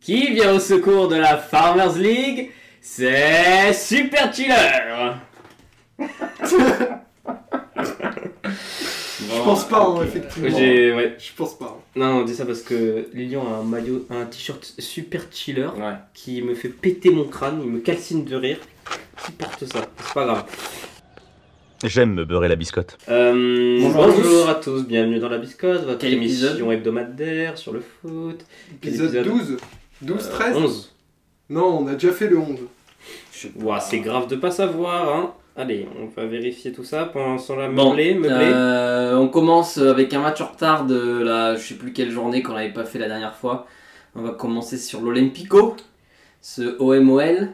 Qui vient au secours de la Farmers League C'est Super Chiller Je pense pas, hein, effectivement. J'ai... Ouais. Je pense pas. hein. Non, on dit ça parce que Lilian a un maillot, un t-shirt Super Chiller Ouais. qui me fait péter mon crâne, il me calcine de rire. Qui porte ça C'est pas grave. J'aime me beurrer la biscotte. Euh, Bonjour à bonjour, tous. à tous, bienvenue dans la biscotte, votre Quel émission épisode hebdomadaire sur le foot. Euh, Épisode 12 Euh, 12, 13 11. Non, on a déjà fait le 11. Ouah, c'est grave de pas savoir, hein. Allez, on va vérifier tout ça pendant sans la Bon, meubler, meubler. euh, on commence avec un match en retard de la, je sais plus quelle journée qu'on l'avait pas fait la dernière fois. On va commencer sur l'Olympico, ce OMOL.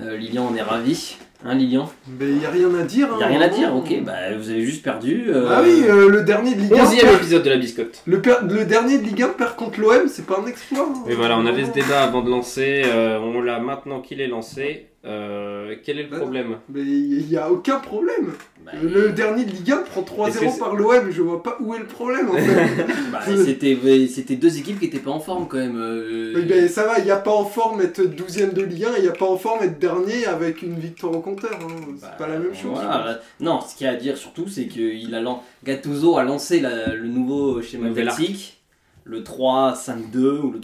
Euh, Lilian, on est ravi. Hein, Lilian Mais y a rien à dire. Il Hein, a rien à dire, ok. Bah, vous avez juste perdu. euh, Ah oui, euh, le dernier de Ligue 1. 11 e épisode de la biscotte. Le, per- le dernier de Ligue 1 perd contre l'OM, c'est pas un exploit. hein. Et voilà, on avait ce débat avant de lancer, euh, on l'a maintenant qu'il est lancé. Euh, quel est le Bah non. problème Mais il y a aucun problème. bah, Le dernier de Ligue 1 prend Est-ce que 3-0 c'est- par l'OM, je vois pas où est le problème en fait. bah, c'était, c'était deux équipes qui étaient pas en forme quand même. euh, Mais ben, ça va, il y a pas en forme être 12ème de Ligue 1, il y a pas en forme être dernier avec une victoire au compteur. hein. C'est Bah, pas la même chose. voilà, là- non, ce qu'il y a à dire surtout, c'est que il a lan- Gattuso a lancé la- le nouveau schéma Nouvel arc. tactique, le 3-5-2 ou le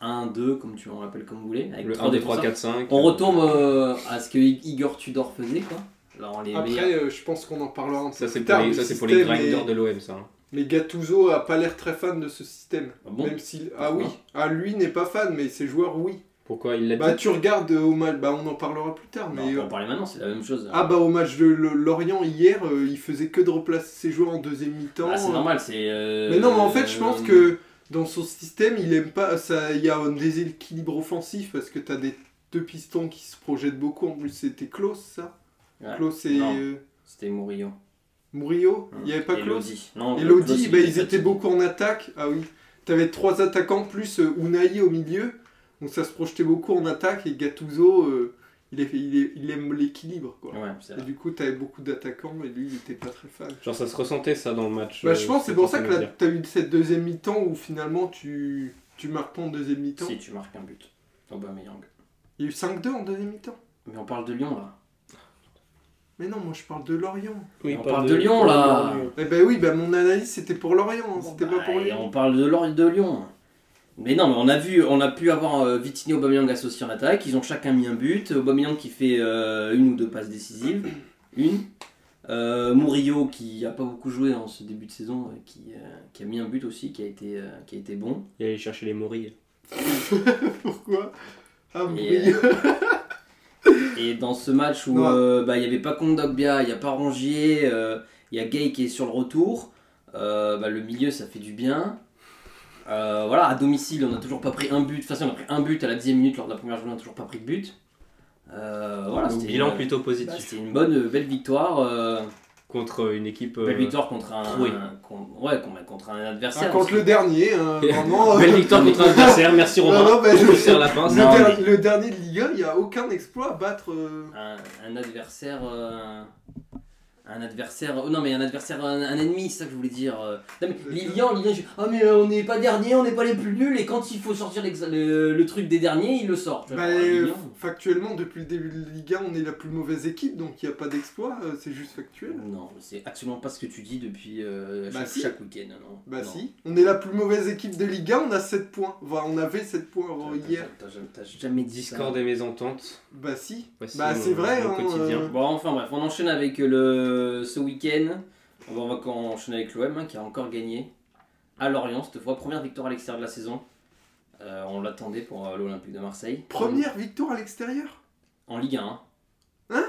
3-4-1-2, comme tu en l'appelles comme vous voulez. Avec Le trois 1, 2, 3, défenseurs. 4, 5. On retourne euh, à ce que I- Igor Tudor faisait, quoi. Là, on les meilleurs. Après, euh, je pense qu'on en parlera un peu Ça, c'est plus pour tard. les, du ça, c'est pour les système, grinders mais- de l'OM, ça. hein. Mais Gattuso a pas l'air très fan de ce système. Ah bon Même s'il. Ah oui, Pourquoi ah, lui n'est pas fan, mais ses joueurs, oui. Pourquoi il l'a Bah dit tu regardes euh, au match, bah on en parlera plus tard, Non, mais. on peut euh, en parler maintenant, c'est la même chose. Ah bah au match de L- Lorient hier, euh, il faisait que de replacer ses joueurs en deuxième mi-temps. Ah, c'est normal, c'est. euh, Mais non, mais en fait, je euh, pense que dans son système, il aime pas. ça Il y a un déséquilibre offensif parce que t'as des deux pistons qui se projettent beaucoup. En plus, c'était Klaus, ça Ouais. Klaus et Non. euh, C'était Murillo. Murillo Il n'y avait pas Et Klaus Lodi. Non, Et le- Lodi, Lodi, il bah, était ils étaient fatigué. beaucoup en attaque. Ah oui. T'avais trois attaquants plus euh, Unai au milieu. Donc ça se projetait beaucoup en attaque. Et Gattuso, euh, il, est- il est- il aime l'équilibre. quoi. Ouais, c'est Et vrai. du coup, t'avais beaucoup d'attaquants. Et lui, il était pas très fan. Genre, ça se ressentait ça dans le match. Bah, euh, je pense que c'est ce pour tu ça que veux là, dire. t'as eu cette deuxième mi-temps où finalement tu, tu marques pas en deuxième mi-temps. Si tu marques un but. Oh bah, Aubameyang. Il y a eu 5-2 en deuxième mi-temps. Mais on parle de Lyon là. Mais non, moi je parle de Lorient. Oui, on parle de Lyon, là. Eh ben oui, bah, mon analyse c'était pour Lorient, hein, Bon, c'était bah, pas pour et Lyon. On parle de l'Or de Lyon. Mais non, mais on a vu, on a pu avoir euh, Vitinho et Aubameyang associés en attaque. Ils ont chacun mis un but. Aubameyang qui fait euh, une ou deux passes décisives, une. Euh, Murillo qui a pas beaucoup joué en ce début de saison, euh, qui, euh, qui a mis un but aussi, qui a été, euh, qui a été bon. Il allait chercher les morilles. Pourquoi Ah, Et, euh, oui. Et dans ce match où Non. euh, bah, il n'y avait pas Kondogbia, il n'y a pas Rangier, euh, il y a Gay qui est sur le retour, euh, bah, le milieu ça fait du bien. Euh, voilà, à domicile on n'a toujours pas pris un but, enfin si on a pris un but à la dixième minute lors de la première journée, on n'a toujours pas pris de but. Euh, voilà, Donc, c'était bilan une, plutôt bah, positif. c'était une bonne, euh, belle victoire. euh, Contre une équipe. euh, belle victoire contre un, troué. con- ouais, con- contre un adversaire. Ah, contre le dernier, hein, vraiment. Belle victoire contre un adversaire, merci Non, Romain. Oh. non, bah, Pour je- faire la Ah, pince. Le, Non, der- le dernier de Ligue 1, il n'y a aucun exploit à battre. euh, un, un adversaire. euh, un adversaire. oh non, mais un adversaire, un, un ennemi, c'est ça que je voulais dire. euh. Non, mais Lilian, Lilian, je- ah, mais euh, on n'est pas dernier, on n'est pas les plus nuls, et quand il faut sortir l'ex- le, le truc des derniers, il le sort. tu vois. bah, Alors, euh, Lilian, factuellement, depuis le début de Ligue 1, on est la plus mauvaise équipe, donc il n'y a pas d'exploit, euh, c'est juste factuel. non, c'est absolument pas ce que tu dis depuis euh, Bah chaque, si. chaque week-end. Non. Bah Non. si, on est la plus mauvaise équipe de Ligue 1, on a 7 points. Enfin, on avait 7 points T'as- avant t'as- hier. t'as- T'as t'as jamais dit ça. Discord et mésentente. Bah si. Voici Bah, mon- c'est vrai, mon hein, quotidien. euh, Bon, enfin bref, on enchaîne avec euh, le, ce week-end. On va, on va enchaîner avec l'OM hein, qui a encore gagné à Lorient cette fois. Première victoire à l'extérieur de la saison. Euh, on l'attendait pour euh, l'Olympique de Marseille. Première victoire à l'extérieur En Ligue 1. Hein, Hein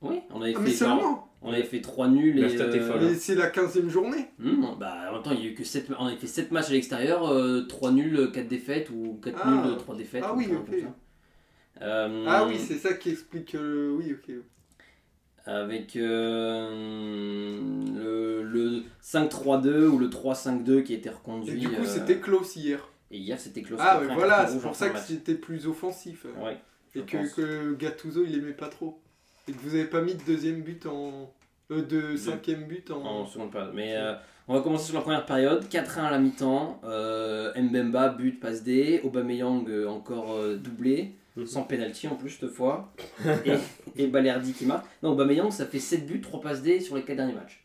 Oui, on avait, Ah, fait, mais seulement on avait fait 3 nuls. La et, stat est euh, folle. Mais c'est la 15ème journée. hum, bah, en même temps, il y a eu que 7, on avait fait 7 matchs à l'extérieur 3 nuls, 4 défaites ou 4 Ah. nuls, 3 défaites. Ah ou oui, un truc ok. comme ça. Euh, Ah oui, c'est ça qui explique. euh, Oui, ok. avec euh, le, le 5-3-2 ou le 3-5-2 qui était Et reconduit. du coup, euh, c'était close hier. et hier, c'était close. Ah, après mais un voilà, carton c'est rouge en pour ça fin de que match. c'était plus offensif. hein. Ouais, Et je que, pense. que Gattuso, il aimait pas trop. Et que vous avez pas mis de deuxième but en. Euh, de cinquième but en. en seconde période. Mais euh, On va commencer sur la première période. 4-1 à la mi-temps. Euh, Mbemba, but, passe D. Aubameyang euh, encore euh, doublé. Mhm. Sans pénalty en plus cette fois. et, et Balerdi qui marque. Non, Aubameyang, ça fait 7 buts, 3 passes D sur les 4 derniers matchs.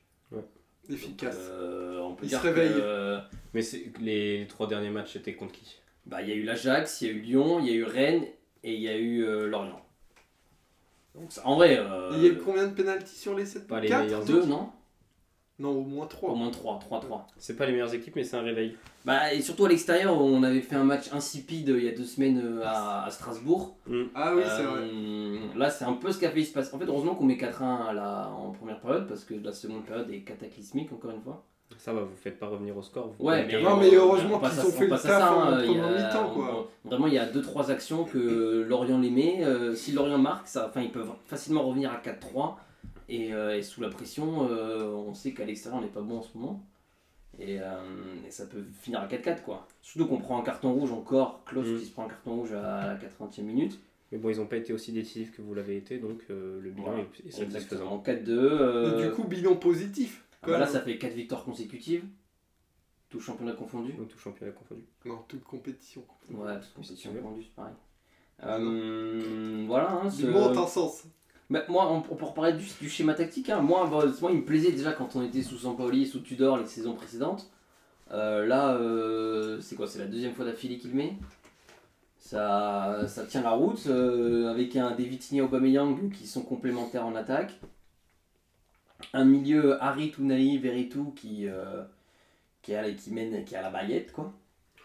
Efficace. Euh, on peut Il dire se réveille. que, euh, Mais c'est- les trois derniers matchs, c'était contre qui bah, il y a eu l'Ajax, il y a eu Lyon, il y a eu Rennes et il y a eu euh, Lorient. Donc ça- en vrai, euh, Et Il y a eu combien de pénalties sur les 7 Pas les meilleurs. deux, non Non, au moins Au 3. moins 3, 3-3. C'est pas les meilleures équipes, mais c'est un réveil. Bah, et surtout à l'extérieur, on avait fait un match insipide euh, il y a deux semaines euh, à, à Strasbourg. Ah oui, c'est vrai. Euh, Là, c'est un peu ce qu'a fait il se passe. En fait, heureusement qu'on met 4-1 à la- en première période parce que la seconde période est cataclysmique, encore une fois. Ça va, vous faites pas revenir au score. vous Ouais, faites mais, bien. Non, euh, mais heureusement on passe qu'ils à- ont on fait le passe à taf ça, en hein, il y a- première mi-temps, quoi. on- on- Vraiment, il y a 2-3 actions que Lorient les met. euh, si Lorient marque, ça, enfin, ils peuvent facilement revenir à 4-3. Et, euh, et sous la pression, euh, on sait qu'à l'extérieur, on n'est pas bon en ce moment. Et, euh, et ça peut finir à 4-4, quoi. Surtout qu'on prend un carton rouge encore. Klaus Mm. qui se prend un carton rouge à la 80e minute. Mais bon, ils ont pas été aussi décisifs que vous l'avez été, donc euh, le bilan Voilà. est, est satisfaisant. Exactement, 4-2. euh, Et du coup, bilan positif. ah quand bah là, même. ça fait 4 victoires consécutives. Tout championnat confondu. Donc tout championnat confondu. Non, toute compétition. Ouais, toute compétition Ouais. confondue, c'est pareil. Euh, voilà. Hein, ce- Il monte en sens. Bah, moi, on, on peut reparler du, du schéma tactique. hein. Moi, bah, moi, il me plaisait déjà quand on était sous Sampaoli et sous Tudor les saisons précédentes. Euh, là, euh, c'est quoi C'est la deuxième fois d'affilée qu'il met. Ça, ça tient la route euh, avec un des Vitinha et Aubameyang qui sont complémentaires en attaque. Un milieu Harit, Unai, Veritu qui, euh, qui, est à la- qui mène qui est à la baillette, quoi.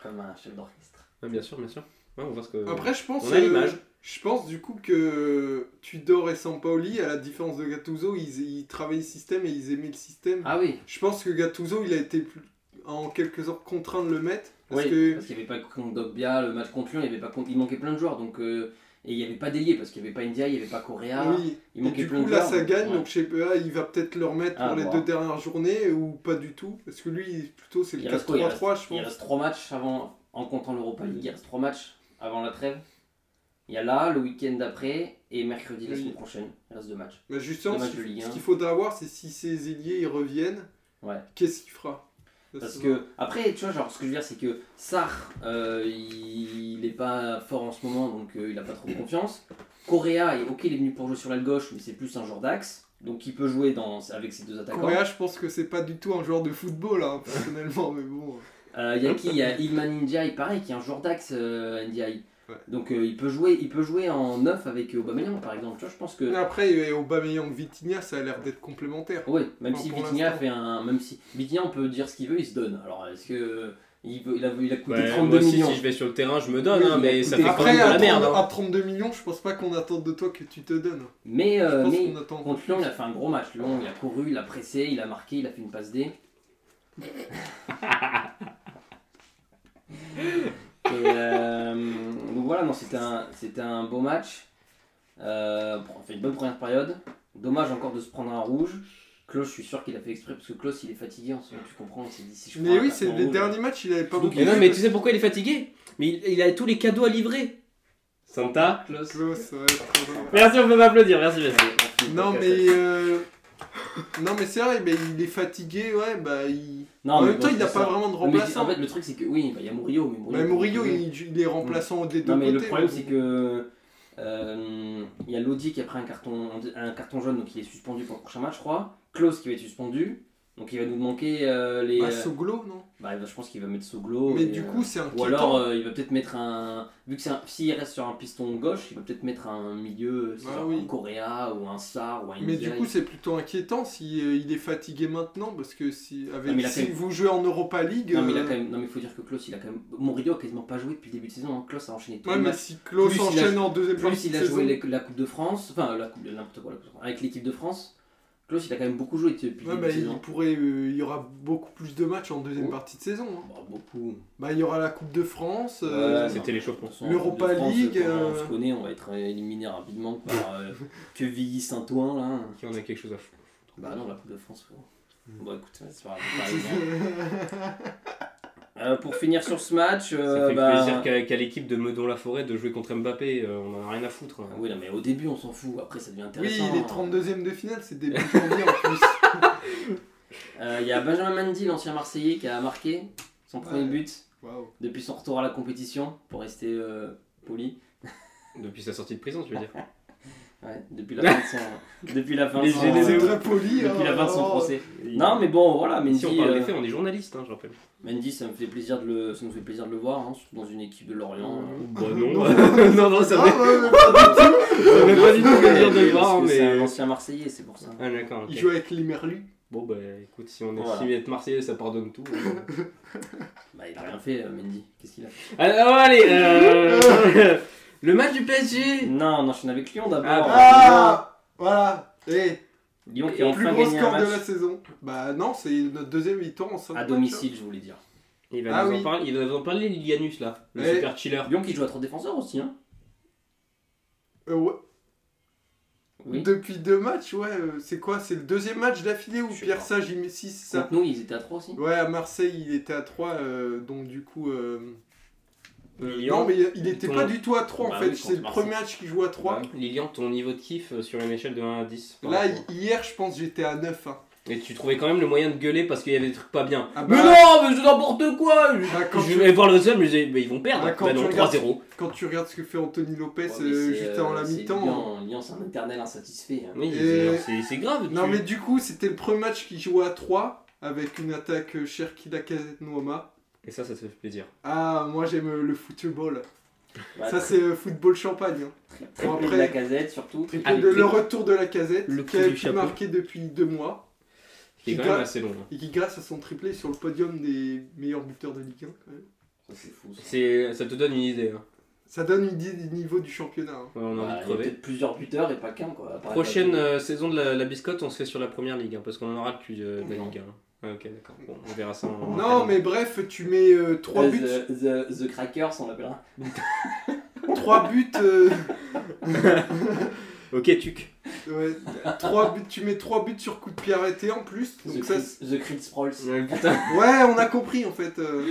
Comme un chef d'orchestre. Ah, bien sûr, bien sûr. Ouais, on voit ce euh, que. Après, je pense. on a l'image. Je pense du coup que Tudor et Sampaoli, à la différence de Gattuso, ils, ils travaillaient le système et ils aimaient le système. Ah oui, Je pense que Gattuso, il a été plus- en quelque sorte contraint de le mettre. Parce Oui, que parce qu'il n'y avait pas Kondogbia, le match contre Lyon, il, y avait pas, il manquait plein de joueurs. Donc, euh, et il n'y avait pas d'ailier parce qu'il n'y avait pas India, il n'y avait pas Correa. oui, il Et manquait du plein coup, de là, joueurs, ça donc, gagne, ouais. donc je sais pas, il va peut-être le remettre Ah, pour les bon. deux dernières journées ou pas du tout. Parce que lui, plutôt, c'est le Il reste quoi, il 4-3-3, je Il pense. reste 3 matchs avant, en comptant l'Europa League, il reste 3 matchs avant la trêve. Il y a là, le week-end d'après, et mercredi la Oui. semaine prochaine. Il reste deux matchs. Mais Bah, justement, Dommage ce de Ligue qu'il- ce un. qu'il faudra voir, c'est si ces ailiers ils reviennent, Ouais. qu'est-ce qu'il fera Parce que- que, après, tu vois, genre, ce que je veux dire, c'est que Sarr, euh, il n'est pas fort en ce moment, donc euh, il n'a pas trop de confiance. Correa, et, ok, il est venu pour jouer sur l'aile gauche, mais c'est plus un joueur d'axe. Donc il peut jouer dans, avec ses deux attaquants. Correa, je pense que c'est pas du tout un joueur de football, hein, personnellement, mais bon. Euh, Il y a qui Il y a Ilman Ndiaye, pareil, qui est un joueur d'axe, euh, Ndiaye. Ouais. Donc euh, il, peut jouer, il peut jouer en 9 avec euh, Aubameyang, par exemple. Tu vois, je pense que... Mais Après, euh, Aubameyang Vitinha, ça a l'air d'être complémentaire. Oui, même Non, si pour Vitinha l'instant. fait un... Même si Vitinha, on peut dire ce qu'il veut, il se donne. Alors, est-ce que... euh, Il, veut- il, a, il a coûté Ouais, 32 Bah, moi aussi, millions. si je vais sur le terrain, je me donne, Oui, hein, il a mais ça fait coûté- quand Après, même de à, la 30 merde. hein. à 32 millions, je pense pas qu'on attende de toi que tu te donnes. Mais, Je euh, pense mais qu'on attend. contre Lyon, il a fait un gros match. Lyon, il a couru, il a pressé, il a marqué, il a fait une passe D. Et, euh, donc voilà, non, c'était un, c'était un beau match. Euh, on fait une bonne première période. Dommage encore de se prendre un rouge. Klaus, je suis sûr qu'il a fait exprès parce que Klaus, il est fatigué en ce moment, tu comprends. Il s'est dit si je prends Mais un oui, c'est carton les rouge, euh, derniers matchs, il avait pas Surtout beaucoup Mais non, mais tu joué. sais pourquoi il est fatigué Mais il, il a tous les cadeaux à livrer. Santa. Klaus. Klaus, ouais, trop drôle. Merci, on peut m'applaudir, merci, Allez, merci. on finit le Non, podcast. mais. euh, Non, mais c'est vrai, mais il est fatigué, ouais, bah. Il... Non, en mais même bon, temps, il n'a c'est pas ça. vraiment de Mais dis- remplaçant. En fait, le truc, c'est que oui, bah, il y a Murillo. Mais Murillo, Mais Murillo, il- il, il est remplaçant des deux Non mais côtés. le problème mais- c'est que euh, il y a Lodi qui a pris un carton, un carton jaune donc il est suspendu pour le prochain match je crois. Klaus qui va être suspendu donc il va nous manquer euh, les. Bah, Soglo, non bah, je pense qu'il va mettre Soglo. Mais et, du euh, coup, c'est inquiétant. Ou alors euh, il va peut-être mettre un. Vu que c'est un- s'il reste sur un piston gauche, il va peut-être mettre un milieu, c'est Bah genre oui. un Correa ou un Sar ou un mais Ndiaye. du coup, c'est plutôt inquiétant si euh, il est fatigué maintenant, parce que si, avec, Non, mais il a si quand même- vous jouez en Europa League. Non mais il a euh, quand même. Non mais faut dire que Klaus il a quand même. Murillo a quasiment pas joué depuis le début de saison. hein. Klaus a enchaîné tous Ouais, les mais matchs. si Klaus Plus il a- enchaîne en deuxième Plus partie il de a saison. joué les- la Coupe de France, enfin la Coupe de n'importe quoi, la Coupe de France, avec l'équipe de France, Klaus il a quand même beaucoup joué depuis le Ouais, début bah, de il saison. pourrait, euh, il y aura beaucoup plus de matchs en deuxième Oh. partie de saison. hein. Bon, beaucoup. Bah, il y aura la Coupe de France. Ouais, euh, c'est- C'était l'échauffement. Son L'Europa Coupe de France, League, quand On euh, se connaît, on va être éliminé rapidement par euh, Quevilly Saint-Ouen là. Qui en a quelque chose à foutre. Bah non, la Coupe de France. frérot. Mm. Bon écoute, c'est pas grave. c'est pas grave. Euh, pour finir sur ce match, Ça euh, fait bah, plaisir qu'à qu'à l'équipe de Meudon-la-Forêt de jouer contre Mbappé, euh, on en a rien à foutre. hein. oui, non, mais au début on s'en fout, après ça devient Oui, intéressant. les 32 e de finale, c'est début janvier en plus. Euh, Il y a Benjamin Mendy, l'ancien Marseillais, qui a marqué son premier Ouais. but Waouh. depuis son retour à la compétition, pour rester euh, poli. Depuis sa sortie de prison, tu veux dire. Ouais, depuis la fin de son, depuis la fin de Les son, gênés C'est de très poli. depuis la fin de son oh. procès. Il- Non, mais bon, voilà, Mais Mendy, si on parle des euh, faits, on est journaliste, hein, je rappelle. Mendy, ça me fait plaisir de le, ça nous fait plaisir de le voir hein, dans une équipe de Lorient. euh. Bah non, non, non, ça Ah, me fait ouais, ouais, ouais. ça me fait pas du tout plaisir de le Euh, Parce voir, que C'est un mais. ancien Marseillais, c'est pour ça. Ah, d'accord, Il ok. joue avec les Merlus. Bon, bah écoute, si on est Voilà. si être Marseillais, ça pardonne tout. hein. Bah, il a rien fait, euh, Mendy. Qu'est-ce qu'il a fait Alors, Ah, oh, allez, euh, le match du PSG Non, on enchaîne avec Lyon d'abord. Ah, Ah Voilà. Eh, Lyon qui Et a plus enfin gros gagné un score de la match saison. Bah non, c'est notre deuxième victoire en cinq à matchs, hein. domicile, je voulais dire. Il va Ah nous en oui. parler, il va nous en parler, Lilianus, là, le Eh. super chiller. Lyon qui joue à trois défenseurs aussi, hein hein. Euh, ouais. Oui. Depuis deux matchs, ouais. euh, C'est quoi C'est le deuxième match d'affilée où Je sais Pierre pas. Sage il met 6, c'est ça Contre nous, ils étaient à trois aussi. Ouais, à Marseille, il était à 3, donc du coup. euh, euh, Lyon, non, mais il était ton- pas du tout à 3 Bah en oui, fait. C'est contre le Marseille. Bah premier match qu'il joue à 3. Lilian, ton niveau de kiff euh, sur une échelle de 1 à 10. par Là, rapport. hi- hier, je pense j'étais à 9. hein. Et tu trouvais quand même le moyen de gueuler parce qu'il y avait des trucs pas bien. Ah mais bah- non, mais c'est n'importe quoi Je, Bah, quand je tu- vais voir le seul, mais je disais, mais ils vont perdre. Bah, quand Bah non, tu 3-0. regardes- Quand tu regardes ce que fait Anthony Lopez Ouais, mais euh, c'est, juste euh, avant la c'est mi-temps. hein. Lyon, Lyon, c'est un éternel insatisfait. hein. Oui, Et- c'est- c'est- c'est grave. Non, tu- mais du coup, c'était le premier match qu'il jouait à 3 avec une attaque euh, Cherki Noama. Et ça, ça te fait plaisir. Ah, moi j'aime euh, le football. Bah, Ça, c'est euh, football champagne. hein. Bon, triplé de après- la casette, surtout. triplé Avec De- les- le retour de la casette Ah, le coup qui du avait pu chapeau. marquer depuis deux mois Qui est Qui quand même doit- assez long. hein. et qui, grâce à son triplé, est sur le podium des meilleurs buteurs de Ligue 1. quand même. Ça, c'est fou. ça. C'est- Ça te donne une idée. hein. Ça donne une idée du niveau du championnat. hein. Ouais, on a envie Bah, de il y a crever. peut-être plusieurs buteurs et pas qu'un, quoi. à part- Prochaine euh, saison de la, la biscotte, on se fait sur la première ligue. hein, parce qu'on en aura depuis euh, de la Non. Ligue 1. Ah, ok, d'accord. Bon, on verra ça en. Non, mais bref, tu mets Euh, 3 buts. the, the, the Crackers, on l'appellera. 3 buts. euh, Ok, tuc. ouais, trois buts. Tu mets 3 buts sur coup de pied arrêté en plus. The, Donc ça, Creed- the Creed Sprawls. Ouais, putain. Ouais, on a compris en fait. euh.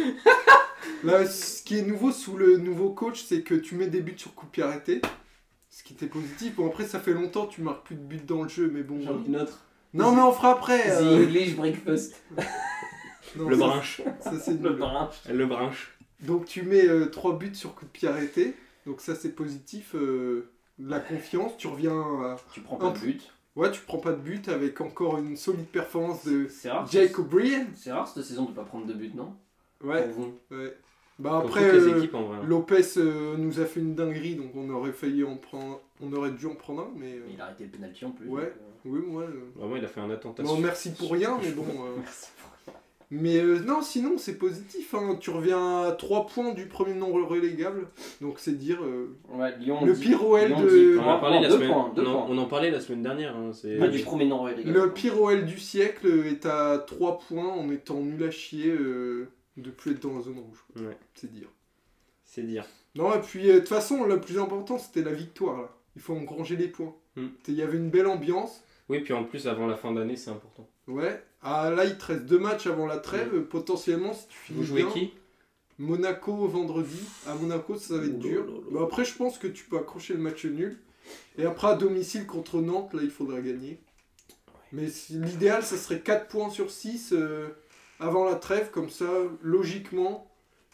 Là, ce qui est nouveau sous le nouveau coach, c'est que tu mets des buts sur coup de pied arrêté. Ce qui était positif. Bon, après, ça fait longtemps que tu marques plus de buts dans le jeu, mais bon. J'en ai une autre. Non, mais on fera après. The euh. English Breakfast. Non, Le ça, brinche. Ça, c'est Le nul. brin. Le brinche. Donc, tu mets 3 buts sur coup de pied arrêté. Donc, ça, c'est positif. euh, de La confiance, tu reviens. à- Tu prends pas de but. Ouais, tu prends pas de but avec encore une solide performance de C'est rare. Jake O'Brien. C'est rare cette saison de pas prendre de but, non Ouais, Pour vous. ouais. Bah, Pour après. toutes les euh, équipes en vrai. hein. Lopez euh, nous a fait une dinguerie, donc on aurait failli en prendre, on aurait dû en prendre un, mais euh, Mais il a arrêté le penalty en plus. Ouais. donc, euh, oui, moi, euh, Vraiment, il a fait un attentat. non, sur- merci pour rien, mais bon. euh, Merci pour- mais euh, non, sinon c'est positif. hein. Tu reviens à 3 points du premier non relégable, donc c'est dire euh, Ouais, Lyon. le dit- pire OL Lyon de- dit- On en, a parlé la Deux semaine- points, deux on en- points. on en parlait la semaine dernière. hein, c'est- Pas du premier non les gars. le pire OL du siècle est à 3 points en étant nul à chier euh, de plus être dans la zone rouge. Ouais. C'est dire. C'est dire. Non, et puis euh, de toute façon, le plus important c'était la victoire. Là. Il faut engranger les points. Hmm. Il y avait une belle ambiance. Oui, puis en plus, avant la fin d'année, c'est important. Ouais. Ah, là, il te reste deux matchs avant la trêve. Potentiellement, si tu finis Vous jouez bien, qui Monaco vendredi. À Monaco, ça va être dur. Mais après, je pense que tu peux accrocher le match nul. Et après, à domicile contre Nantes, là, il faudra gagner. Mais si- l'idéal, ça serait 4 points sur 6 avant la trêve. Comme ça, logiquement,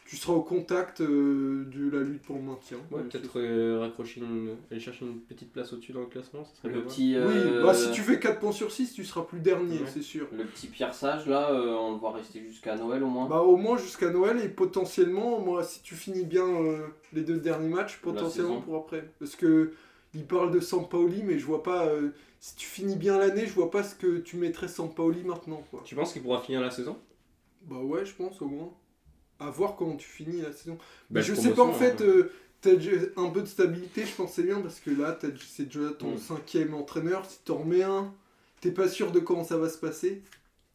tu seras au contact euh, de la lutte pour le maintien. Ouais, peut-être euh, raccrocher une... aller chercher une petite place au-dessus dans le classement, ça serait Le pas mal. petit. Oui, euh, bah, si tu fais 4 points sur 6, tu seras plus dernier, Ouais. c'est sûr. Le petit Pierre Sage, là, euh, on le voit rester jusqu'à Noël au moins. Bah au moins jusqu'à Noël et potentiellement, moi si tu finis bien euh, les deux derniers matchs, La potentiellement saison. pour après. Parce que il parle de Sampaoli, mais je vois pas. euh, si tu finis bien l'année, je vois pas ce que tu mettrais Sampaoli maintenant quoi. Tu penses qu'il pourra finir la saison Bah ouais, je pense au moins. À voir comment tu finis la saison. Mais Belle je sais pas promotion, en fait. hein. euh, T'as déjà un peu de stabilité, je pensais bien, parce que là, t'as- c'est déjà ton Mm. cinquième entraîneur. Si t'en remets un, t'es pas sûr de comment ça va se passer.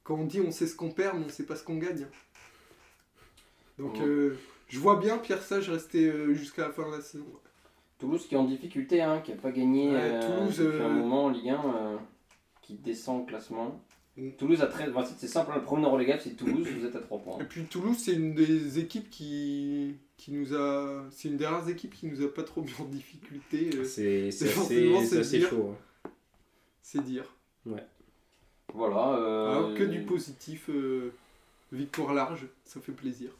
Quand on dit on sait ce qu'on perd, mais on sait pas ce qu'on gagne. Donc, Mm. Ouais. euh, je vois bien Pierre Sage rester euh, jusqu'à la fin de la saison. Toulouse qui est en difficulté, hein, qui a pas gagné Ouais, euh, Toulouse, depuis un euh, moment en Ligue 1, euh, qui descend au classement. Mm. Toulouse a 13. Bah, c'est- c'est simple, hein, le premier non relégable c'est Toulouse, vous êtes à 3 points. Et puis Toulouse, c'est une des équipes qui, qui nous a. C'est une des rares équipes qui nous a pas trop mis en difficulté, euh, C'est c'est c'est assez, hein. forcément, c'est c'est assez dire. chaud. hein. c'est dire. Voilà. euh, Alors que du positif, euh, victoire large, ça fait plaisir.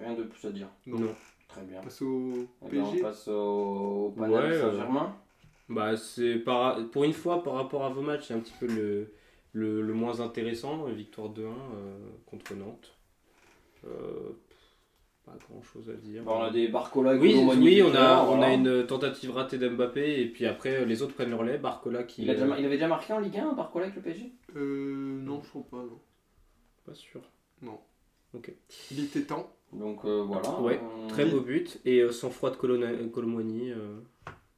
Rien de plus à dire. Non. Non. Très bien. On passe au Eh ben, on PSG. passe au, au panel Ouais, euh, Saint-Germain. Bah, c'est par- pour une fois, par rapport à vos matchs, c'est un petit peu le, le, le moins intéressant. Victoire 2-1 euh, contre Nantes. Euh, pas grand chose à dire. Bon, on a des Barcola et Oui, Colomani oui, plus on a, tard, on a voilà. une tentative ratée d'Mbappé et puis après les autres prennent le relais. Barcola qui. Il, a déjà euh, mar- il avait déjà marqué en Ligue 1 Barcola avec le PSG Euh, non, je crois pas. Non. Pas sûr. Il était temps. Donc euh, voilà. Ouais, euh, Très beau but et euh, sans froid de Colona- Colomani. euh,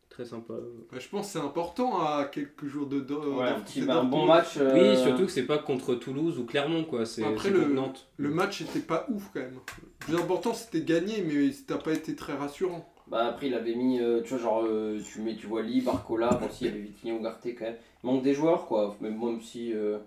très sympa. Euh, Bah, je pense que c'est important à quelques jours de do- ouais, un, d'Afrique petit- et un Dortmund. bon match. euh, Oui, surtout que c'est pas contre Toulouse ou Clermont quoi. C'est Après, c'est le- contre Nantes. Le match était pas ouf quand même. Le plus important c'était gagner, mais t'as pas été très rassurant. Bah après il avait mis, euh, tu vois genre euh, tu mets tu vois Lee, Barcola, bon s'il y avait Vitinha ou Garté quand même. Il manque des joueurs quoi, même, même si euh,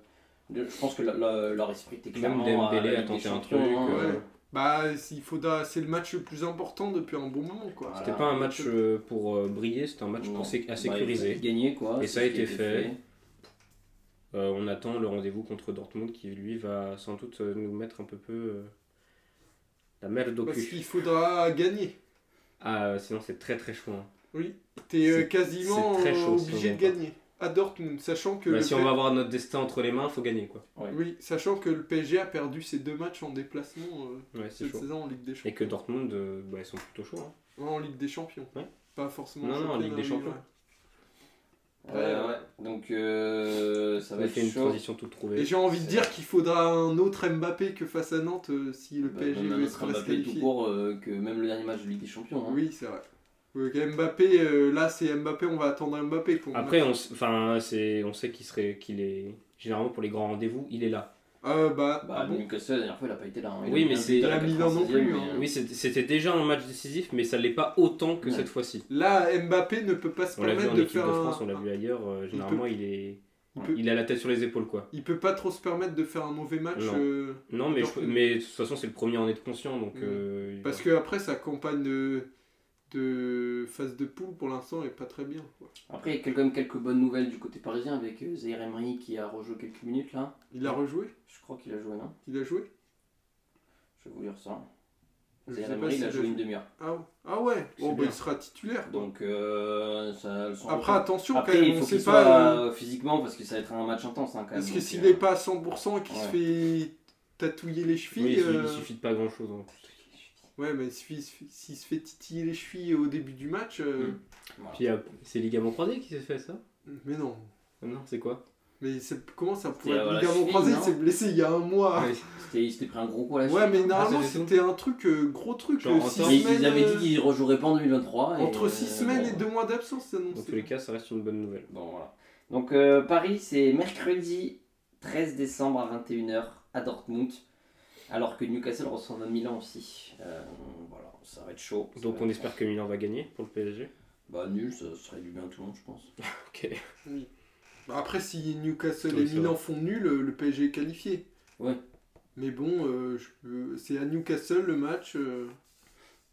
de- je pense que la, la- leur esprit était Même clairement Dembélé à ah, la a Ligue tenté des un Champions, truc, hein. euh, Bah c'est- il faudra, c'est le match le plus important depuis un bon moment quoi. Voilà. C'était pas un match euh, pour euh, briller, c'était un match Ah, Non. pour sé- à Bah, sécuriser. il fallait gagner quoi. Et c'est ça a ce qui été était fait. Euh, on attend le rendez-vous contre Dortmund qui lui va sans doute euh, nous mettre un peu peu euh, la merde Bah, au Parce cul. qu'il faudra gagner. Ah, euh, sinon c'est très très chaud. hein. Oui. T'es euh, C'est- quasiment c'est très euh, chaud, si obligé on de gagne gagner à Dortmund, sachant que Bah, le si P- on va avoir notre destin entre les mains, faut gagner quoi. oui, sachant que le PSG a perdu ses deux matchs en déplacement euh, Ouais, c'est cette chaud. saison en Ligue des Et que Champions. Dortmund, euh, bah, ils sont plutôt chauds. hein. Ouais, en Ligue des Champions. Ouais. Pas forcément Non, non, en championnat, Ligue des mais Champions. ouais. Euh, ouais. Donc euh, ça Ça va va être fait une chaud. transition toute Et trouvée. j'ai envie de C'est- dire qu'il faudra un autre Mbappé que face à Nantes euh, si le Bah, PSG même un veut autre se reste Mbappé tout qualifier. court euh, que même le dernier match de Ligue des Champions. hein. Oui, c'est vrai. Oui, que Mbappé, euh, là c'est Mbappé, on va attendre Mbappé. qu'on- Après, on, s- enfin, c'est, on sait qu'il serait, qu'il est généralement pour les grands rendez-vous, il est là. Euh, bah, Bah ah bon Newcastle la dernière fois il a pas été là. hein. Il Oui, a mais mis un c'est- but il à la a mis un non 96e, plus, mais, hein. euh, Oui, c'est- c'était déjà un match décisif, mais ça l'est pas autant que Ouais. cette fois-ci. là Mbappé ne peut pas se On l'a vu permettre en de équipe de faire France, un... on l'a vu ailleurs. euh, généralement, il est, Il peut, il a la tête sur les épaules quoi. il peut pas trop se permettre de faire un mauvais match Non. euh, Non, mais, je- Dortmund. mais de toute façon, c'est le premier à en être conscient. Donc, Mm. euh, parce que après sa campagne de, de phase de poule pour l'instant est pas très bien. quoi. Après, il y a quand même quelques bonnes nouvelles du côté parisien avec euh, Zaïre Emery qui a rejoué quelques minutes là. Il a rejoué Je crois qu'il a joué, non Il a joué Je vais vous lire ça. Je Zaïre sais pas Emery, il s'il a a joué joué. une demi-heure. Ah, ah ouais, C'est bon, bah, bien. il sera titulaire. quoi. Donc, euh, ça son Après retour. attention Après, quand même, il on faut qu'il sait soit pas. euh, euh, physiquement parce que ça va être un match intense hein, quand même. Parce que donc, s'il euh, n'est pas à 100% et qu'il se fait tatouiller les Oui, il, chevilles. su- il euh, suffit de pas hein. grand chose. Ouais, mais s'il se fait- s'il se fait titiller les chevilles au début du match. euh, voilà. Puis euh, c'est ligament croisé qui s'est fait ça Mais non. Ah Non, c'est quoi Mais c'est- comment ça C'est, pourrait euh, être la ligament cheville, croisé Il non s'est blessé il y a un mois. Ouais, C'était- Il s'était pris un gros coup à la Ouais, cheville. mais normalement c'est tout. c'était un truc, euh, gros truc. Genre, euh, en six sorte- Mais ils semaines, avaient euh, dit qu'ils rejoueraient pas en 2023. et, Entre euh, 6 semaines bon, et 2 mois d'absence, c'est Dans annoncé. tous les cas, ça reste une bonne nouvelle. Bon, voilà. Donc, euh, Paris, c'est mercredi 13 décembre à 21h à Dortmund. Alors que Newcastle reçoit Milan aussi. Euh, voilà, ça va être chaud. Ça Donc va on être- espère que Milan va gagner pour le PSG. Bah, nul, ça serait du bien à tout le monde, je pense. Ok. Bah, Après, si Newcastle Oui, et c'est Milan font nul, euh, le PSG est qualifié. Ouais. Mais bon, euh, je- euh, c'est à Newcastle le match. euh,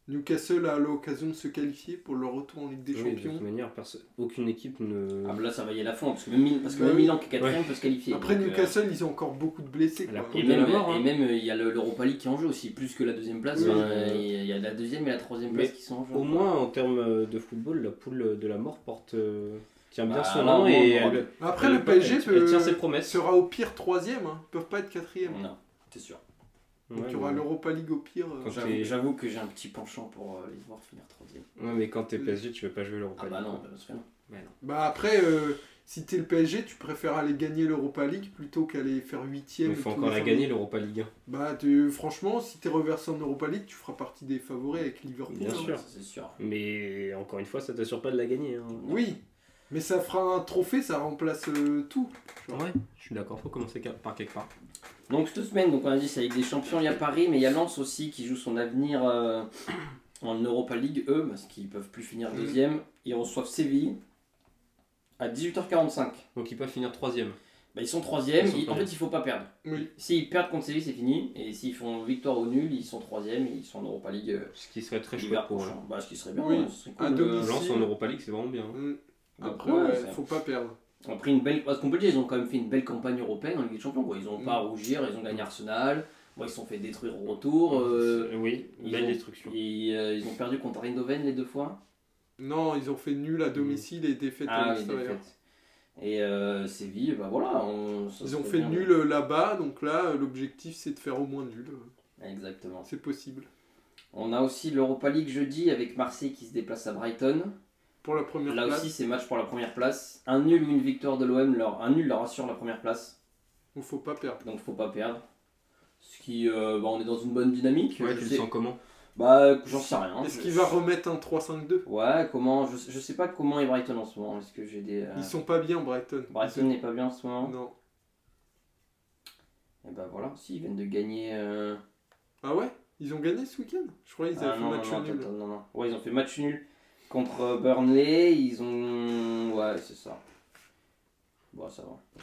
Newcastle a l'occasion de se qualifier pour le retour en Ligue des Oui, de Champions. toute manière, perso- aucune équipe ne. Ah, mais là, ça va y aller à fond, parce que même, Mil- parce que même Ouais. Milan qui est quatrième peut se qualifier. Après donc, euh, Newcastle, ils ont encore beaucoup de blessés. La Quoi. peau. Et Il y a même, la mort, hein. et même, euh, il y a le- l'Europa League qui est en jeu aussi, plus que la deuxième place. Oui. ben, euh, Il y a la deuxième et la troisième Mais place qui sont en jeu. Au moins en termes de football, la poule de la mort porte euh, tient bien Bah, son là, nom au moins, et on aura- elle- Après, elle- le PSG elle- peut- elle tient ses promesses. sera au pire troisième. Hein. Ils peuvent pas être quatrième. Non, c'est sûr. Donc Ouais, il y aura mais- l'Europa League au pire. euh. Quand J'avoue t'es- j'avoue que j'ai un petit penchant pour euh, les voir finir troisième. Ouais, mais quand t'es PSG, tu veux pas jouer l'Europa Ah bah League, non, quoi. parce que non. Bah après, euh, si t'es le PSG, tu préfères aller gagner l'Europa League plutôt qu'aller faire huitième. Mais faut tous encore les la ans. gagner l'Europa League hein. 1. Bah tu- franchement, si t'es reversé en Europa League, tu feras partie des favoris avec Liverpool. Bien hein. sûr. Ça, C'est sûr. Mais encore une fois, ça t'assure pas de la gagner. hein. Oui, mais ça fera un trophée, ça remplace euh, tout. Ouais, je suis d'accord, faut commencer ca- par quelque part. Donc cette semaine, donc on a dit c'est avec des champions, il y a Paris, mais il y a Lens aussi qui joue son avenir euh, en Europa League, eux, parce qu'ils peuvent plus Mm. finir deuxième. Ils reçoivent Séville à 18h45. Donc ils peuvent finir troisième. Bah, ils sont troisième. Ils sont Ils- En fait, troisième. il faut pas perdre. Oui. S'ils perdent contre Séville, c'est fini. Et s'ils font victoire ou nul, ils sont troisième. et Ils sont en Europa League. euh, Ce qui serait très l'hiver chouette pour eux. prochain. Bah, ce qui serait bien. Oui. hein, ce serait cool, À euh, domicile. Lance en Europa League, c'est vraiment bien. hein. Mm. Donc, Après, ouais, ouais, c'est- faut pas perdre. ont pris une belle. Parce qu'on peut le dire, ils ont quand même fait une belle campagne européenne en Ligue des Champions. quoi. Ils n'ont Mm. pas à rougir, ils ont gagné Arsenal. Bon, ils se sont fait détruire au Ah, retour. euh, oui, ils belle ont- destruction. ils, euh, ils ont perdu contre Eindhoven les deux fois. Non, ils ont fait nul à domicile et défaite à Mm. Ah oui, l'extérieur. défaite. Et euh, Séville, bah voilà. On, ça Ils se ont fait fait bien. nul euh, là-bas, donc là, euh, l'objectif c'est de faire au moins nul. Exactement. C'est possible. On a aussi l'Europa League jeudi avec Marseille qui se déplace à Brighton. Pour la première Là place, aussi, c'est match pour la première place. Un nul ou une victoire de l'OM, leur, un nul leur assure la première place. il faut pas perdre. Donc faut pas perdre. Ce qui, euh, bah, on est dans une bonne dynamique. Ouais, je tu le sais- sens comment Bah, j'en sais rien. Est-ce Je- qu'il va remettre un 3-5-2 Ouais, comment je, je sais pas comment est Brighton en ce moment. Est-ce que j'ai des. euh, Ils sont pas bien, Brighton. Brighton n'est pas bien en ce moment. Non. Et bah voilà, si, ils viennent de gagner. euh, Ah ouais Ils ont gagné ce week-end Je croyais qu'ils Ah, avaient non, fait non, match non, nul. attends, non, non. Ouais, ils ont fait match nul contre euh, Burnley. Ils ont. Ouais, c'est ça. Bon, ça va.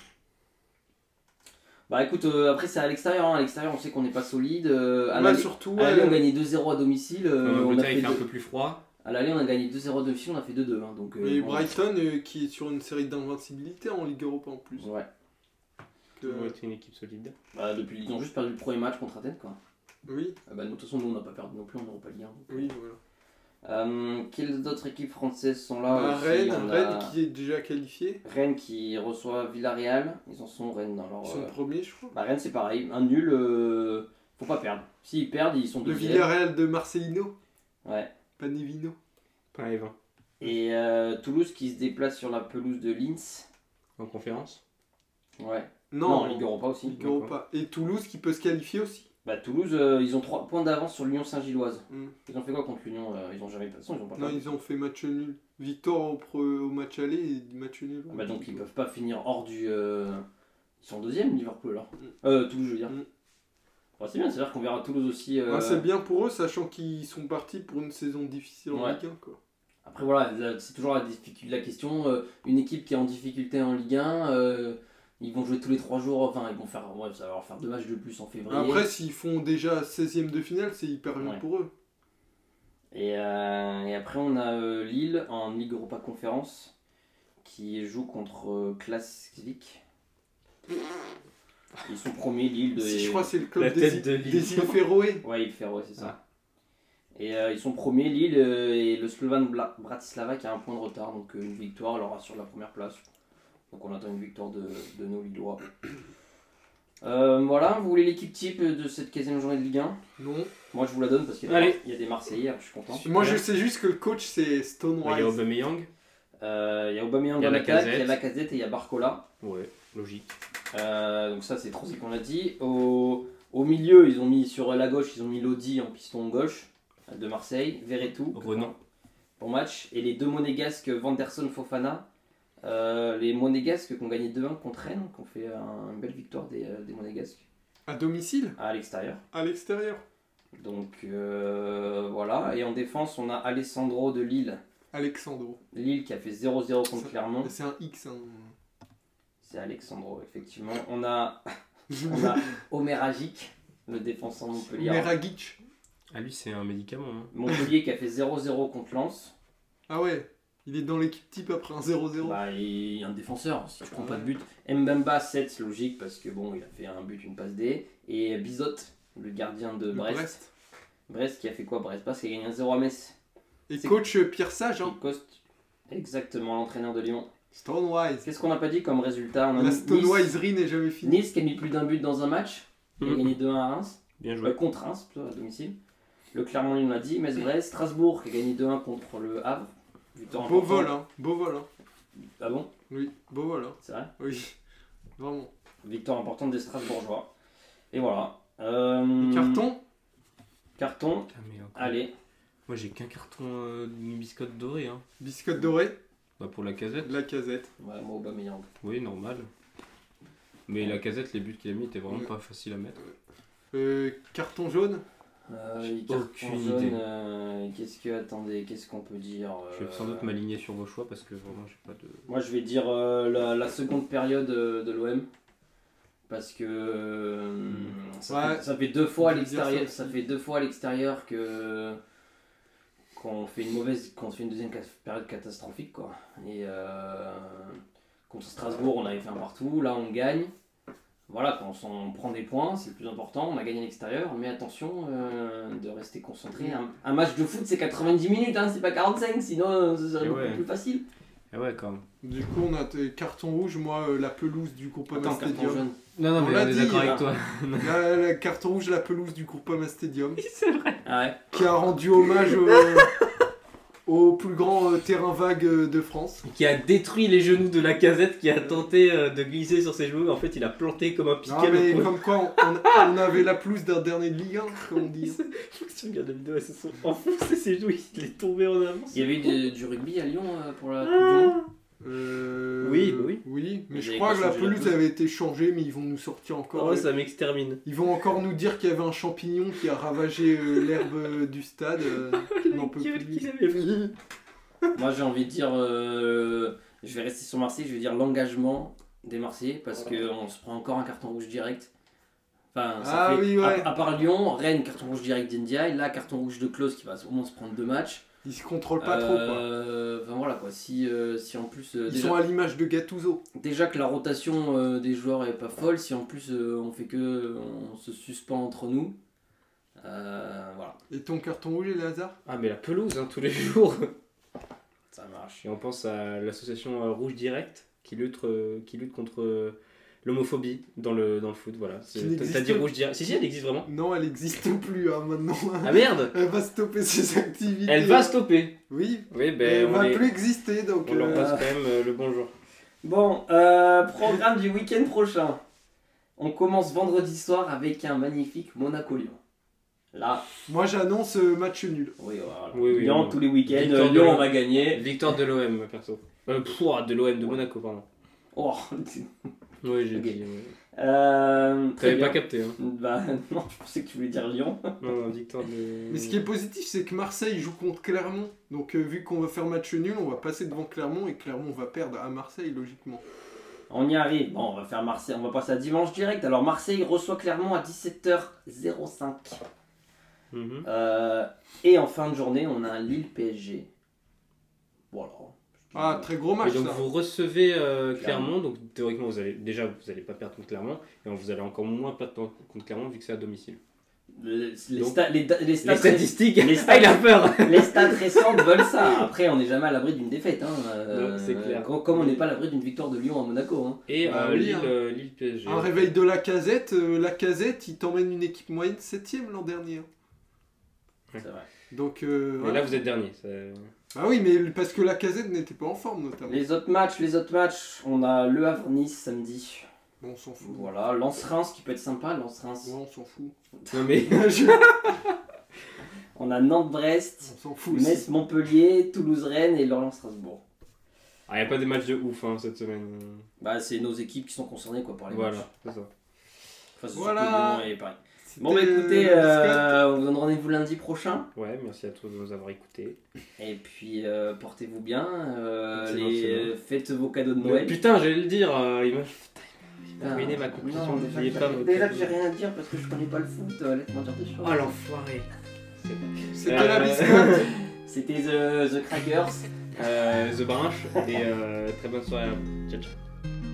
Bah écoute, euh, après c'est à l'extérieur. hein. À l'extérieur, on sait qu'on n'est pas solide. euh, à Bah, l'aller- surtout, à l'aller, ouais, on gagnait 2-0 à domicile. En euh, on a Angleterre, fait il fait un deux- peu plus froid. À l'aller, on a gagné 2-0 à domicile, on a fait 2-2. hein, donc, euh, Et bon. Brighton euh, qui est sur une série d'invincibilité en Ligue Europa en plus. Ouais. Donc, Ils euh, ont été une équipe solide. Bah, depuis, ils ont juste perdu le premier match contre Athènes, quoi. Oui, Ah bah, de toute façon, nous, on n'a pas perdu non plus, on n'aura pas le lien. oui, voilà. Euh, quelles autres équipes françaises sont là Bah, aussi Rennes, On a- Rennes qui est déjà qualifié. Rennes qui reçoit Villarreal, ils en sont Rennes dans leur. Ils sont euh, premiers, je crois. bah, Rennes c'est pareil, un nul, euh, faut pas perdre. S'ils perdent, ils sont Le deuxième. Villarreal de Marcelino, Ouais. Panevino. Pas Evan. Et euh, Toulouse qui se déplace sur la pelouse de Linz. En conférence Ouais. Non, Non, en Ligue Europa aussi. Ligue Europa. Et Toulouse qui peut se qualifier aussi. Bah Toulouse, euh, ils ont 3 points d'avance sur l'Union Saint-Gilloise. Mm. Ils ont fait quoi contre l'Union euh, Ils ont jamais de toute façon, ils ont pas Non, perdu. ils ont fait match nul. Victoire au, pre- au match aller et match nul. Bah, donc ils peuvent pas finir hors du. euh, Ils sont deuxième Liverpool alors. Mm. Euh, Toulouse je veux dire. Mm. Bah, c'est bien, c'est-à-dire qu'on verra Toulouse aussi. euh, Ouais, c'est bien pour eux, sachant qu'ils sont partis pour une saison difficile en Ouais. Ligue 1. Quoi. Après voilà, là, c'est toujours la, difficulté, la question. euh, une équipe qui est en difficulté en Ligue 1, euh, ils vont jouer tous les 3 jours, enfin ils vont faire, ouais, ça va leur faire deux matchs de plus en février. Après, s'ils font déjà 16ème de finale, c'est hyper bien Ouais. pour eux. Et, euh, et après on a euh, Lille en Ligue Europa Conférence qui joue contre euh, Klaksvik. Ils sont premiers Lille de... Si je crois que c'est le club La des, tête îles- de Lille. des îles Féroé. Ouais, ils feront, ouais, c'est ça. Et euh, ils sont premiers Lille euh, et le Slovan Bla- Bratislava qui a un point de retard, donc euh, une victoire leur assure la première place. Donc on attend une victoire de, de nos Lillois. Euh, voilà, vous voulez l'équipe type de cette 15e journée de Ligue 1 Non. Moi je vous la donne parce qu'il y, a- Allez. il y a des Marseillais, je suis content. Moi, je sais juste que le coach, c'est Stone Il y a Rice. Aubameyang. Euh, il y a Aubameyang, Il y a en attaque, il y a Lacazette. Lacazette et il y a Barcola. Ouais, logique. Euh, donc ça c'est trop ce qu'on a dit. Au, au milieu, ils ont mis sur la gauche, ils ont mis Lodi en piston gauche euh, de Marseille, Verretou. Renan. pour match. Et les deux monégasques, Vanderson Fofana, euh, les monégasques qui ont gagné 2-1 contre Rennes, qui ont fait un- une belle victoire des, euh, des monégasques À domicile, à l'extérieur. à l'extérieur. Donc euh, voilà. Et en défense, on a Alessandro de Lille. Alexandro. Lille qui a fait 0-0 contre Clermont. C'est un X. hein. C'est Alexandro, effectivement. On a, on a Omer Agic, le défenseur Montpellier. Meragic. Ah, lui, c'est un médicament. hein. Montpellier qui a fait 0-0 contre Lens. Ah ouais, il est dans l'équipe type après un 0-0. Bah, il y a un défenseur, si tu prends pas de but. Mbemba 7, c'est logique, parce que bon, il a fait un but, une passe D. Et Bizot, le gardien de Le Brest. Brest. Brest. qui a fait quoi Brest Parce qu'il a gagné un 0 à Metz. Et C'est- coach euh, Pierre Sage, hein. Il coste exactement l'entraîneur de Lyon. Stone Rice. Qu'est-ce qu'on n'a pas dit comme résultat On a La mis Stone nice, Rice n'est jamais finie. Nice qui a mis plus d'un but dans un match. Il a Mhm. gagné 2-1 à Reims. Bien Euh, joué. contre Reims, plutôt, à domicile. Le Clermont, on l'a dit. Metz-Brest. Strasbourg qui a gagné 2-1 contre le Havre. Victoire Beau importante. vol, hein. Beau vol, hein. Ah bon Oui, beau vol, hein. C'est vrai Oui, vraiment. Victoire importante des Strasbourgeois. Et voilà. Euh, Et Carton Carton. Ah, mais encore. Allez. Moi, j'ai qu'un carton euh, une biscotte dorée. Hein. Biscotte dorée, Bah, pour la casette. de la casette. Ouais, moi, Aubameyang. Oui, normal. Mais la casette, les buts qu'il a mis étaient vraiment Ouais. pas faciles à mettre. Euh, carton jaune, Euh, J'ai carton aucune jaune, idée. euh, Qu'est-ce que. Attendez, qu'est-ce qu'on peut dire euh, Je vais sans doute m'aligner sur vos choix parce que vraiment, j'ai pas de. Moi, je vais dire euh, la, la seconde période euh, de l'OM. Parce que. euh, ça, Ouais. fait, ça fait deux fois à Je vais dire l'extérieur. ça Ça, aussi. fait deux fois à l'extérieur que. Qu'on fait une mauvaise. Qu'on se fait une deuxième cas- période catastrophique, quoi. Et. euh, Contre Strasbourg, on avait fait un partout. Là, on gagne. Voilà, quand on s'en- on prend des points, c'est le plus important. On a gagné à l'extérieur, mais attention euh, de rester concentré. Un, un match de foot, c'est 90 minutes, hein, c'est pas 45, sinon euh, ce serait Et beaucoup ouais. plus facile. Ah ouais, quand même. Du coup, on a t- carton rouge, moi, euh, la pelouse du Groupama Attends, Ah, carton Stadium. jaune. Non, non, On mais l'a on est dit, d'accord là. avec toi. La- la- carton rouge, la pelouse du Groupama Stadium, Ah ouais. qui a rendu hommage euh, au plus grand euh, terrain vague euh, de France. Qui a détruit les genoux de la casette, qui a tenté euh, de glisser sur ses genoux. En fait, il a planté comme un piquet. Ah, mais le pauvre. comme quoi, on, on- on avait la pelouse d'un dernier de Ligue 1, comme on dit. Je crois que si tu regardes la vidéo, elles se sont enfoncées ses genoux, il est tombé en avance. Il y avait eu de- du rugby à Lyon euh, pour la Coupe du Monde. Ah. Euh, Oui, bah oui. mais Mais je j'avais crois pas que la changé la pelouse pelouse. avait été changée, mais ils vont nous sortir encore. Oh, euh, ça m'extermine. Ils vont encore nous dire qu'il y avait un champignon qui a ravagé euh, l'herbe euh, du stade. euh, on n'en peut Gueule plus. qu'il avait fait. Moi, j'ai envie de dire, euh, je vais rester sur Marseille, je vais dire l'engagement des Marseillais parce qu'on se prend encore un carton rouge direct. Enfin, ça Ah fait- oui, ouais. à, à part Lyon, Rennes, carton rouge direct d'India, et là, carton rouge de Klaus qui va au moins se prendre deux matchs. Ils se contrôlent pas trop, quoi. Euh, Enfin voilà quoi, si, euh, si en plus. euh, Ils déjà, sont à l'image de Gattuso. déjà que la rotation euh, des joueurs est pas folle, si en plus euh, on fait que. euh, on se suspend entre nous. euh, voilà, Et ton carton rouge, le hasard Ah, mais la pelouse, hein, tous les jours. ça marche. Et on pense à l'association euh, Rouge Direct qui lutte, euh, qui lutte contre euh, l'homophobie dans le, dans le foot. Voilà. C'est- Qui t'as- n'existe T'as dit pas. Rouge Direct. Si, si, elle existe vraiment. Non, elle n'existe plus hein, maintenant. Ah merde Elle va stopper ses activités. Elle va stopper. Oui, Oui, elle ben on, va les- plus exister, donc... on leur euh, passe quand même euh, le bonjour. Bon, euh, programme du week-end prochain. On commence vendredi soir avec un magnifique Monaco-Lyon. Là, Moi, j'annonce euh, match nul. oui, voilà. Oui, oui, Lyon oui. tous les week-ends, Victoire euh, de Lyon Lyon. on va gagner. Victoire de l'OM, perso. Euh, pff, ouah, de l'OM de Monaco, pardon. Oh, Oui, j'ai Ok. dit. ouais. euh, très T'avais bien. pas capté. Hein. Bah non, je pensais que tu voulais dire Lyon. Non, non, victoire de. Mais ce qui est positif, c'est que Marseille joue contre Clermont. Donc, euh, vu qu'on va faire match nul, on va passer devant Clermont et Clermont va perdre à Marseille, logiquement. On y arrive. Bon, on va faire Marseille, on va passer à dimanche direct. Alors Marseille reçoit Clermont à 17h05. Mhm. Euh, et en fin de journée, on a un Lille PSG. Voilà. Ah, très gros Mm. Et match, donc ça. vous recevez euh, Clermont. Clermont, donc théoriquement vous allez déjà vous allez pas perdre contre Clermont et vous allez encore moins perdre contre Clermont vu que c'est à domicile. Les, les Donc, sta- les da- les stats- statistiques, Ah, les stats- peur. Les stats récentes veulent ça. Après, on n'est jamais à l'abri d'une défaite. hein. Euh, Non, c'est clair. com- Comme on n'est pas à l'abri d'une victoire de Lyon à Monaco. hein. Et Bah euh, oui, Lille, hein. euh, Lille PSG. Un réveil de la casette. euh, la casette, il t'emmène une équipe moyenne 7ème l'an dernier. hein. C'est vrai. Donc, euh, Mais voilà. là vous êtes dernier. ça- Ah oui, mais parce que la casette n'était pas en forme, notamment. Les autres matchs, les autres matchs, on a Le Havre Nice samedi. Bon, on s'en fout. Voilà, Lance Reims qui peut être sympa, Lance Reims. Ouais, on s'en fout. Non mais Je- On a Nantes Brest, on s'en fout. aussi. Metz Montpellier, Toulouse Rennes et Lorient Strasbourg. ah, y a pas des matchs de ouf hein, cette semaine. Bah, c'est nos équipes qui sont concernées quoi par les matchs. Voilà, c'est ça. Enfin, c'est surtout Voilà. Lyon et Paris. C'était Bon bah écoutez, le Discord. euh, on vous donne rendez-vous lundi prochain. Ouais, merci à tous de nous avoir écoutés. Et puis euh, portez-vous bien. euh, Excellent, les, excellent. euh, faites vos cadeaux de Mais Noël. Putain, j'allais le dire, euh, il m'a Putain. ruiné ma conclusion. Ah, Non, déjà, N'oubliez que pas j'ai- votre- déjà que j'ai rien à dire parce que je connais pas le foot, euh, laisse-moi dire des choses. Oh l'enfoiré. C'était euh, la biscotte. C'était The, The Crackers. Euh, The Barrage et euh, très bonne soirée à vous. Ciao ciao.